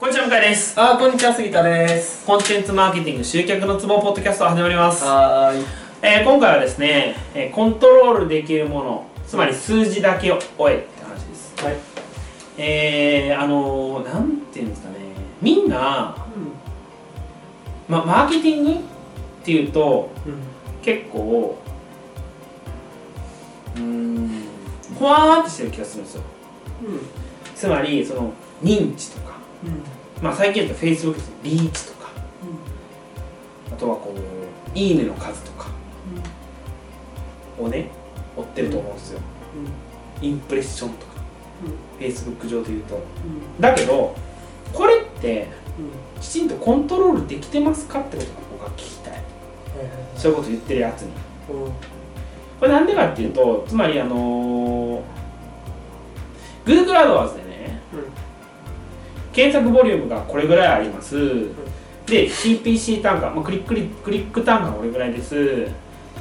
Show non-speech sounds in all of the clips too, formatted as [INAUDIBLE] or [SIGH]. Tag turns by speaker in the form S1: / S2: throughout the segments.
S1: 向井です
S2: あーこんにちは杉田です
S1: コンテンツマーケティング集客のツボポッドキャスト始まります、
S2: はーい
S1: えー今回はですね、えーコントロールできるものつまり数字だけを追えって話です
S2: はい、
S1: えー、あのー、なんていうんですかねみんな、ま、マーケティングっていうと結構うーんほわーってしてる気がするんですよ
S2: うんうん
S1: つまりその認知とかまあ最近だと Facebook ですリーチとかあとはこう「いいね」の数とかをね追ってると思うんですよ、インプレッションとか Facebook 上で言うとだけどこれってきちんとコントロールできてますかってことが僕は聞きたいそういうこと言ってるやつにこれなんでかっていうとつまりあのー、Google AdWords でね検索ボリュームがこれぐらいあります、で CPC 単価、まあ、クリックリクリック単価これぐらいです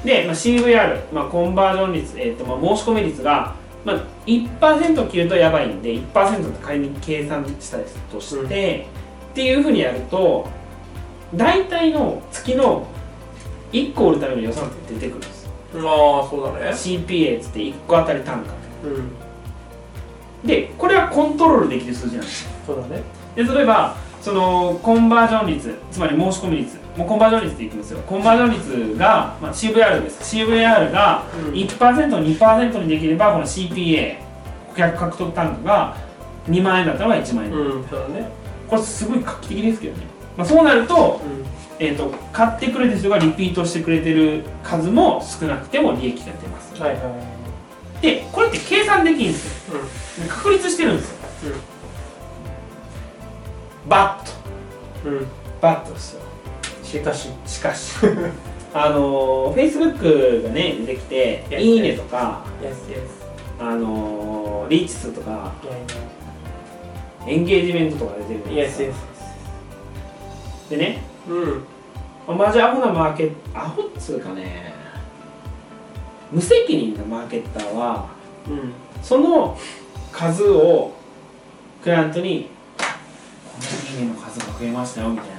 S1: で、まあ、CVR、まあ、コンバージョン率、えーとまあ、申し込み率が、まあ、1%切るとやばいんで1%って仮に計算したりするとして、
S2: う
S1: っ
S2: ん
S1: ていうふうにやると大体の月の1個売るための予算って出てくるんですよ
S2: まあそうだね
S1: CPA っつって1個当たり単価
S2: うん
S1: でこれはコントロールできる数字なんです
S2: そうだね
S1: で例えばそのコンバージョン率つまり申し込み率もうコンバージョン率でいきますよコンバージョン率が、まあ、CVR です CVR が
S2: うん
S1: 1%2% にできればこの CPA 顧客獲得単価が2万円だったのが1万円、
S2: うんそうだね
S1: これすごい画期的ですけどね、まあ、そうなると,、
S2: うん
S1: えー、と買ってくれた人がリピートしてくれてる数も少なくても利益が出ます
S2: はいは
S1: でこれって計算できるんですよ
S2: いうん
S1: で確立してるんですよバッと
S2: うんうん
S1: バッとですよ
S2: しかし
S1: しかし [LAUGHS] あのフェイスブックがね出てきて「
S2: や
S1: いいね」とか
S2: Yes yes
S1: あのーリーチ数とか
S2: Yeah,
S1: エンゲージメントとか出てるじゃない
S2: yeah.
S1: で
S2: Yes
S1: すか
S2: yes
S1: でね
S2: うん
S1: マジアホなマーケットアホっつうかね無責任なマーケッターは
S2: うん
S1: その数をクライアントに「このいいねの数が増えましたよ」みたいな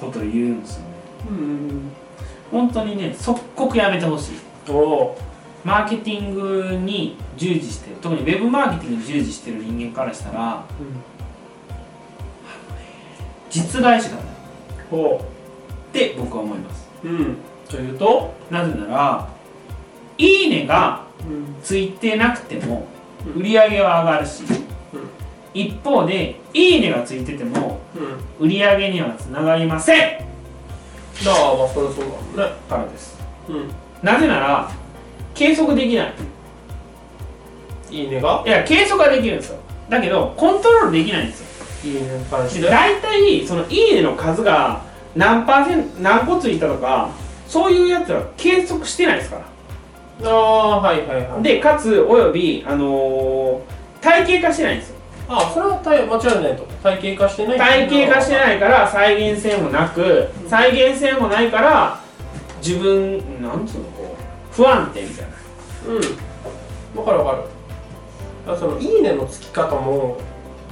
S1: ことを言うんですよね
S2: うんうん
S1: 本当にね即刻やめてほしい
S2: おお
S1: マーケティングに従事してる特にウェブマーケティングに従事してる人間からしたら実害者だなっ
S2: おお
S1: て僕は思います
S2: うんというと
S1: なぜなら「いいね」が
S2: うん
S1: ついてなくても
S2: うん
S1: 売り上げは上がるし
S2: うん
S1: 一方で「いいね」がついてても
S2: うん
S1: 売り上げにはつながりません
S2: だからまあそれはそうだもんね
S1: からです
S2: うん
S1: なぜなら計測できない
S2: いいねが
S1: いや計測はできるんですよだけどコントロールできないんですよ
S2: いいねに関して
S1: 大体その「いいね」の数が何パーセント何個ついたとかそういうやつは計測してないですか
S2: ああはいはいは
S1: ら
S2: い
S1: でかつおよび、あのー体系化してないんですよ
S2: あそれは体間違いないと体系化してない
S1: 体系化して
S2: い
S1: ないから再現性もなく再現性もないから自分なんつうのこう不安定みたいな
S2: うんわかるわかるだからその「いいね」のつき方も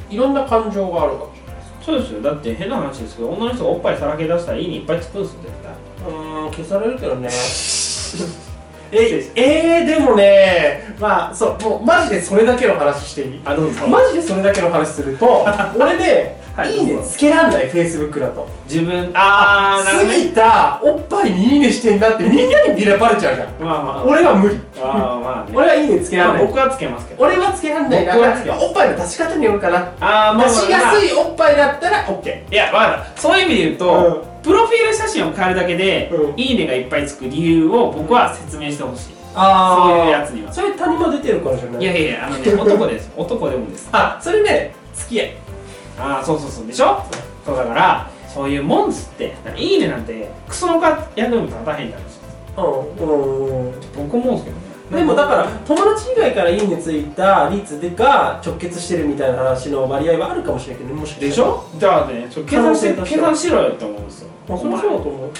S2: いろんな感情があるかもしれないです
S1: そうですよだって変な話ですけど女の人がおっぱいさらけ出したら「いいね」いっぱいつくんですよ絶対
S2: うーん消されるけどね [LAUGHS] え [LAUGHS] えー、でもねまあそうもうマジでそれだけの話していい
S1: あどうぞ
S2: マジでそれだけの話すると [LAUGHS] 俺ね、
S1: はい
S2: い、いねつけらんないフェイスブックだと
S1: 自分ああなるほどね
S2: 過ぎたおっぱいにいいねしてんだってみんなにビラバレちゃうじゃん
S1: まあまあ
S2: 俺は無理
S1: あーまあね
S2: 俺はいいねつけらん
S1: ま
S2: な
S1: あ
S2: い
S1: 僕はつけますけど
S2: 俺はつけらんないな
S1: 僕はつけ
S2: おっぱいの出し方によるかな
S1: ああ
S2: 出しや
S1: い
S2: すいおっぱいだったら OK
S1: いやわかったそういう意味で言うと、プロフィール写真を変えるだけで、
S2: うん
S1: いいねがいっぱいつく理由を僕は説明してほしい、
S2: あ
S1: そういうやつには
S2: それ谷間出てるからじゃない
S1: いやいやいやあのね男です男でもです
S2: あそれね付き合い
S1: ああそうそうそうでしょそうだからそういうもんですっていいねなんてクソのかやるのも立たへんから
S2: うんうん
S1: 僕思うんですけどね
S2: でもだから友達以外からいいねついた率でが直結してるみたいな話の割合はあるかもしれないけどねもしか
S1: で
S2: し
S1: した
S2: ら
S1: ょじゃあねちょ計算して
S2: 可能性として
S1: 計
S2: は
S1: 算しろよって思うんですよ
S2: まあそれはそうだと思う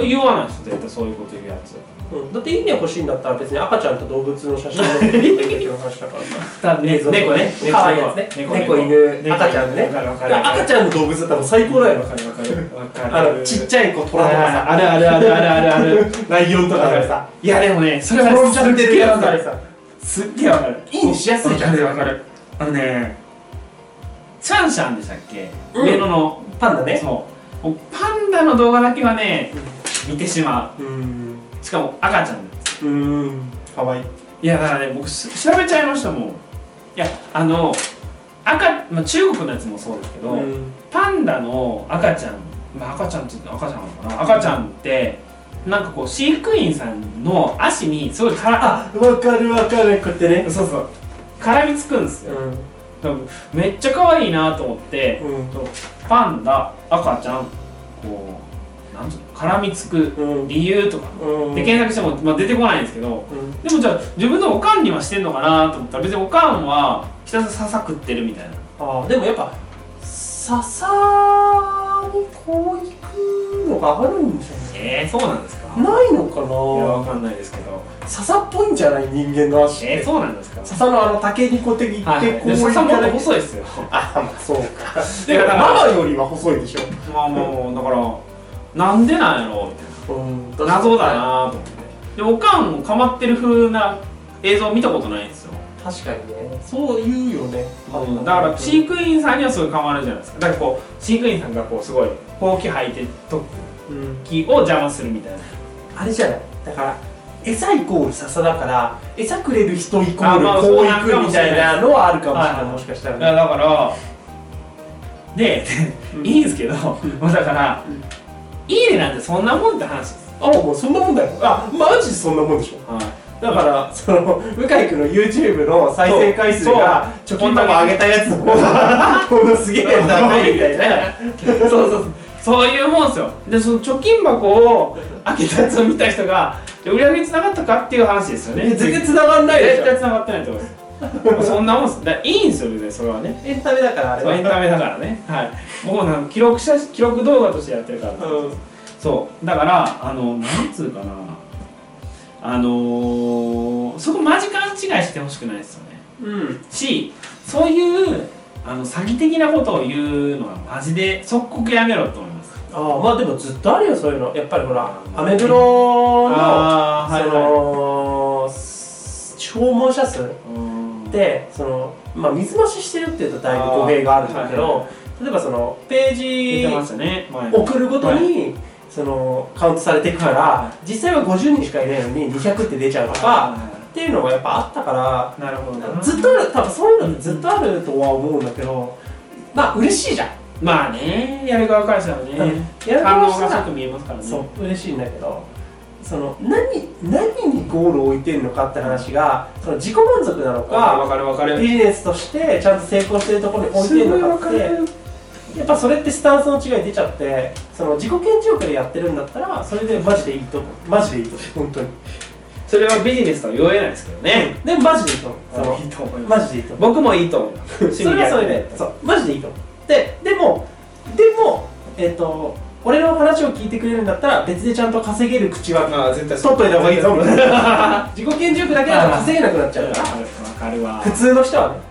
S1: 言わないです絶対そういうこと言うやつ
S2: うん、だっていいね欲しいんだったら別に赤ちゃんと動物の写真載せてくれるだけの話だからさ
S3: ね
S2: [LAUGHS] 猫
S3: 猫ね
S2: 猫
S3: 可愛いやつね
S1: 猫
S3: 猫
S1: 猫
S3: 犬
S1: 猫
S3: 赤ちゃんね
S1: わかるわか
S2: だか
S1: る
S2: ら赤ちゃんの動物だったら最高だよ
S1: わかるわかるわかる
S2: あのちっちゃい子
S1: あ
S2: 虎とかさ
S1: あるあるあるあるあるあ
S2: [LAUGHS]
S1: る
S2: ライオンとかがさ
S1: いやでもねそれは
S2: 転んじゃってるやつ
S1: わかる
S2: さ
S1: すっげえわかる
S2: いいにしやすいじゃん
S1: わかるあのねシャンシャンでしたっけ、
S2: うん
S1: 上野の
S2: パンダね
S1: そうもうパンダの動画だけはね見てしま
S2: うん
S1: うしかも赤ちゃん
S2: うんかわいい
S1: いやだからね僕し調べちゃいましたもんいやあの赤、まあ、中国のやつもそうですけど、
S2: うん
S1: パンダの赤ちゃん、まあ、赤ちゃんって言って赤ちゃんなのかな赤ちゃんってなんかこう飼育員さんの足にすごいから
S2: あわかるわかるこうやってねそうそう
S1: 絡みつくんですよ
S2: うん
S1: でもめっちゃ可愛いなと思ってパンダ赤ちゃんこうなんていうの絡みつく
S2: うんうん
S1: 理由とか
S2: うん
S1: で検索しても、まあ、出てこないんですけど
S2: うん
S1: でもじゃあ自分のおかんにはしてんのかなと思ったら別におかんはひたすら笹食ってるみたいな
S2: あーでもやっぱ笹にこういくのがあるんじゃ
S1: えー、そうなんですか
S2: ないないのか
S1: いやわ
S2: な
S1: かんないですけど
S2: 笹っぽいんじゃない人間の足っ
S1: えー、
S2: て
S1: そうなんですか
S2: 笹のあの竹にこうやってい
S1: はい、
S2: ってこうい
S1: で笹もっと
S2: い
S1: 細いですよ
S2: あまあそうか
S1: [LAUGHS] で
S2: だから
S1: ま
S2: ママよりは細いでしょ
S1: ま [LAUGHS] あもうだからなんでなんやろみたい
S2: うん
S1: な謎だなと思ってでおかんをかまってる風な映像見たことないんですよ
S2: 確かにねそう言うよね
S1: だから飼育員さんにはすごい構わるじゃないですかだからこう飼育員さんがこうすごいほうき履いてる
S2: うん
S1: 時を邪魔するみたいな
S2: あれじゃないだから餌イコール笹だから餌くれる人イコー
S1: あまあ
S2: ルこういくみたいなのはあるかもしれ
S1: は
S2: ないい
S1: はい
S2: もしかしたら
S1: だ
S2: ね
S1: からだからでいいんですけど、まあだから、
S2: うん
S1: いいねなんてそんなもんって話です、
S2: あもうそんなもんだよあマジそんなもんでしょ
S1: はい
S2: だからその向井君の YouTube の再生回数が
S1: そう
S2: 貯金箱上げたやつの方が [LAUGHS] ものすげえ高いみたいなそうそうそう
S1: そういうもんですよでその貯金箱を開けたやつを見た人がで売り上げにつながったかっていう話ですよね
S2: え全然繋がんないでし
S1: 絶対
S2: ょ
S1: つながってないと思いますそんなもんですだからいいんですよ別にそれはね
S2: エンタメだからあれ
S1: そう
S2: は
S1: エンタメだからねはい僕なんか記録写記録動画としてやってるから、
S2: うん
S1: そうだからあのなんつうかなあのー、そこ間近違いしてほしくないですよね
S2: うん
S1: しそういうあの詐欺的なことを言うのはマジで即刻やめろと思います
S2: ああまあでもずっとあるよそういうのやっぱりほらアメブロの
S1: あ
S2: そ
S1: ーはいはい
S2: の消耗者数でそのまあ水増ししてるっていうとだいぶ語弊があるんだけ
S1: あーはい
S2: ど例えばそのペ
S1: 言ってま
S2: ー
S1: したね前
S2: ジ送るごとにそのカウントされていくから
S1: は
S2: 実際は50人しかいないのに200って出ちゃうとかっていうのがやっぱあったから
S1: なるほどな
S2: ずっとある多分そういうのってずっとあるとは思うんだけどまあ嬉しいじゃん
S1: まあねやる側からしたらね
S2: やる
S1: 反
S2: 側
S1: 応
S2: した
S1: が
S2: ら
S1: 即見えますからね
S2: そう嬉しいんだけどその何何にゴールを置いてるのかって話がその自己満足なの
S1: わ
S2: か
S1: かるわかるわか
S2: ビ
S1: る
S2: ジネスとしてちゃんと成功してるところに置いてるのかってやっぱそれってスタンスの違い出ちゃってその自己顕示欲でやってるんだったらそれでマジでいいと思うマジでいいと思う本当に
S1: それはビジネスとは言えないですけどね
S2: でもマジでいいと思うその
S1: いいと思います
S2: マジでいいと思う
S1: 僕もいいと思います趣
S2: そ
S1: 味
S2: れは
S1: や
S2: そ
S1: っ
S2: れ
S1: てる
S2: でそうマジでいいと思うででもでもえっ、と俺の話を聞いてくれるんだったら別でちゃんと稼げる口は
S1: ああ絶対
S2: 取っといた方がいいぞ [LAUGHS] みたい
S1: わ
S2: な自己顕示欲だけだと稼げなくなっちゃうから
S1: かるわ
S2: 普通の人はね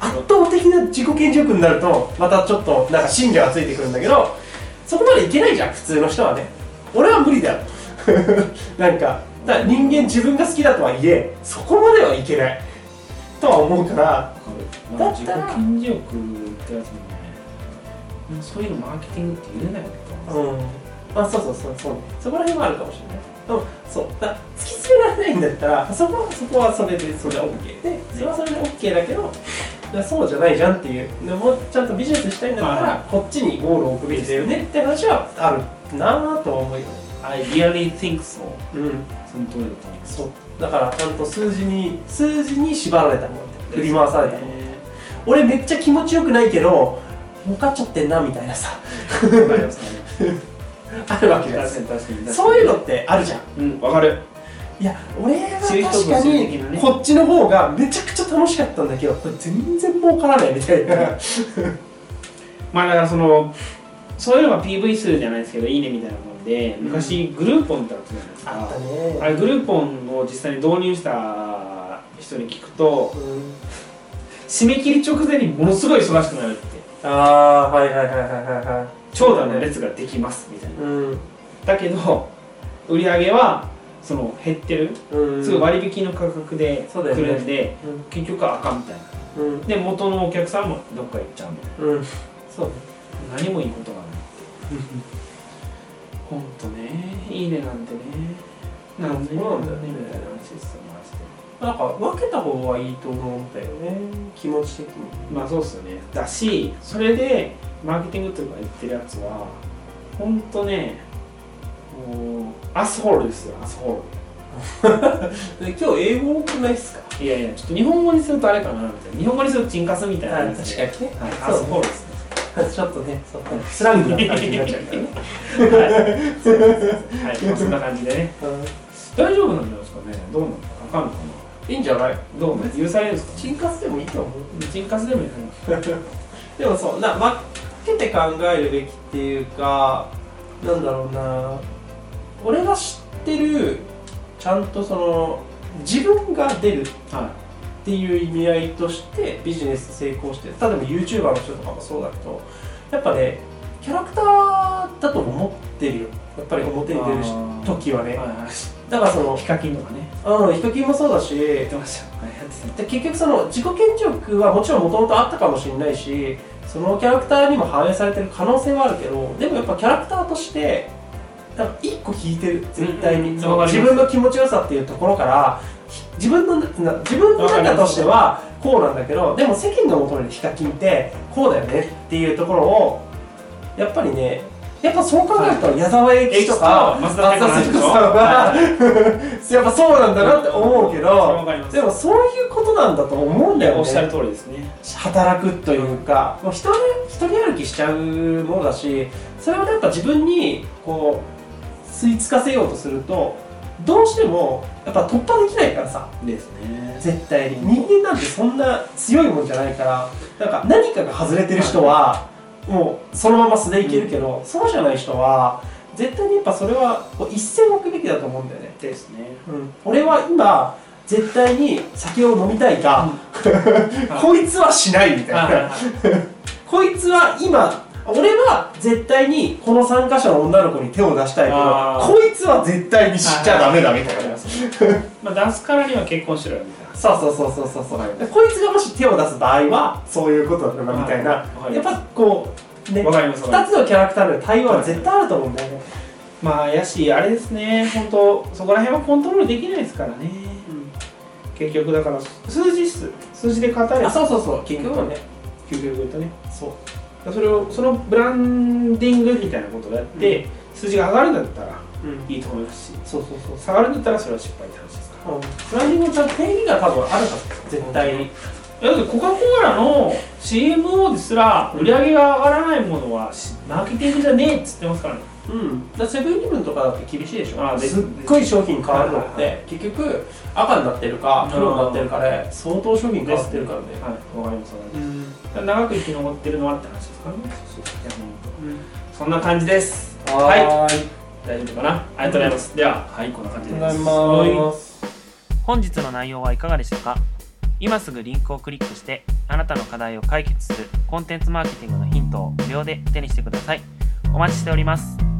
S2: 圧倒的な自己顕示欲になるとまたちょっとなんか信者がついてくるんだけどそこまでいけないじゃん普通の人はね俺は無理だよ [LAUGHS] なんかだから人間自分が好きだとはいえそこまではいけないとは思うから
S1: まあ
S2: だっ
S1: 自己
S2: たら
S1: 顕示欲ってやつもねそういうのマーケティングって言えないわけと思います
S2: うんまあそうそうそうそうねそこら辺はあるかもしれないでもそうだから突きつけられないんだったらそこはそこはそれでそれは OK でそれはそれで OK だけどいやそうじゃないじゃんっていうでもうちゃんとビジネスしたいんだったら
S1: は
S2: こっちにゴールを置くべきだよねって話はあるなぁとは思うよね
S1: I really think so
S2: うん
S1: その通りだと思います
S2: そうだからちゃんと数字に数字に縛られたもん振り回されたもん俺めっちゃ気持ちよくないけど儲かっちゃってんなみたいなさ
S1: わかりますね
S2: あるわけじゃないで
S1: 確か
S2: す
S1: に確
S2: か
S1: かに
S2: そういうのってあるじゃん
S1: うんわかる
S2: いや俺は
S1: 知る人
S2: 確
S1: ぞ
S2: か
S1: 知る的なね
S2: にこっちの方がめちゃくちゃ楽しかったんだけどこれ全然儲からないみたいな
S1: まあだからそのそういうのが PV 数じゃないですけどいいねみたいなものンで昔グルーポンってあったじゃないです
S2: あった
S1: か、
S2: ね
S1: あれグルーポンを実際に導入した人に聞くと
S2: うん
S1: 締め切り直前にものすごい忙しくなるって
S2: ああはいはいはいはいはいは
S1: 長蛇の列ができますみたいない
S2: うん
S1: だけど売り上げはその減ってる
S2: うん
S1: すごい割引の価格で
S2: そう
S1: 来
S2: だよね
S1: るんで、
S2: うん
S1: 結局は赤みたいな
S2: うん
S1: で元のお客さんもどっか行っちゃうみたい
S2: うんそうね
S1: な何もいいことがない [LAUGHS] ほんとねいいねなんてねなんで
S2: そうなんだよね
S1: みたいな話ですよマジで
S2: なんか分けた方がいいと思うんだよね気持ち的に
S1: まあそうっすよねだしそれでマーケティングとか言ってるやつはほんとねもうアスホールですよアスホ
S2: で今日英語多くないっすか
S1: ールいやいやちょっと日本語にするとあれかなみたいな日本語にするとチンカスみたいな
S2: あ
S1: 感じ
S2: 確
S1: で
S2: かにね
S1: はい、ア
S2: そう
S1: スホール [LAUGHS] ですね
S2: ちょっとね、そうスラングな感じになっちゃうからね。
S1: はいそうそうそうそうはいまあそんな感じでね
S2: [LAUGHS]
S1: 大丈夫なんじゃないですかねどうなのかわかんのか
S2: いいんじゃない
S1: などうなの許されるんですか
S2: チンカスでもいいと思う。
S1: チンカスでもいいかな
S2: でもそう、な分けて考えるべきっていうか、なんだろうな、俺が知ってる、ちゃんとその、自分が出るっ
S1: は
S2: ていう意味合いとしてビジネス成功して例えば YouTuber の人とかもそうだけどやっぱねキャラクターだと思ってるよやっぱり表に出るし
S1: あー、
S2: 時はいね
S1: はいはい、
S2: だからその
S1: ヒカキンとかね
S2: うん、ヒカキンもそうだし、
S1: やってましたはいやってた
S2: で結局その自己顕示欲はもちろんもともとあったかもしれないしそのキャラクターにも反映されてる可能性はあるけどでもやっぱキャラクターとして多分一個引いてる絶対
S1: うんう
S2: に
S1: ん
S2: その
S1: わかり
S2: 自
S1: ます
S2: 分の気持ちよさっていうところからひ自分のな自分の中としてはこうなんだけどでも世間が求めるヒカキンってこうだよねっていうところをやっぱりねやっぱそう考えると矢沢永吉とか
S1: 松田聖子さんでしょ
S2: 松田聖子さんは [LAUGHS] やっぱそうなんだなって思うけ
S1: それ
S2: ど
S1: わかります
S2: でもそういうことなんだと思うんだよね
S1: おっしゃる通りですね
S2: 働くというか、もう一人一人歩きしちゃうものだしそれをやっぱ自分にこう吸い付かせようとするとどうしてもやっぱ突破できないからさ
S1: ですね
S2: 絶対に人間なんてそんな強いもんじゃないからなんか何かが外れてる人はもうそのまま素でいけるけど、そうじゃない人は絶対にやっぱそれはこう一線を置くべきだと思うんだよね。
S1: ですね
S2: うん、俺は今絶対に酒を飲みたいが、 [LAUGHS]
S1: ん
S2: こいつはしないみたい
S1: はいはい
S2: な
S1: はい
S2: こいつは今俺は絶対にこの参加者の女の子に手を出したいけど
S1: あー
S2: こいつは絶対にしちゃダメだみたいな、
S1: まあ出すからには結婚しろよみたいな
S2: そうそうそうそうそうそう、でこいつがもし手を出す場合はそういうことだなみたいな、
S1: はいわかり
S2: や
S1: ま
S2: っ
S1: す
S2: ぱこうね
S1: わかりますわかり
S2: 2
S1: ま
S2: つのキャラクターの対話は絶対あると思うんだよね、
S1: まあやしあれですね本当そこら辺はコントロールできないですからね結局だから数字っす数字で語れ
S2: あ
S1: ば
S2: そうそうそう結局はね
S1: 究極言うとね
S2: そう
S1: だからそれをそのブランディングみたいなことをやって、数字が上がるんだったら
S2: うん
S1: いいと思いますし
S2: そうそうそう
S1: 下がるんだったらそれは失敗って話ですから
S2: ブランディングの定義が多分あるはず絶対に
S1: だってコカ・コーラの CMO ですら売り上げが上がらないものはしマーケティングじゃねえっつってますからね
S2: うんだからセブンイレブンとかだって厳しいでしょ
S1: あです
S2: っごい商品変わるのっ
S1: はいは
S2: て結局赤になってるか黒になってるかで相当商品変わってるからね
S1: はいわかりますわかり
S2: うん
S1: ますだから長く生き残ってるのはって話ですからねいや本当そんな感じです
S2: はーい
S1: 大丈夫かなありがとうございます、でははいこんな感じ
S2: あり
S1: で
S2: がと
S1: す
S2: うござい
S1: は
S2: ま
S1: い
S2: す
S3: 本日の内容はいかがでしたか今すぐリンクをクリックしてあなたの課題を解決するコンテンツマーケティングのヒントを無料で手にしてくださいお待ちしております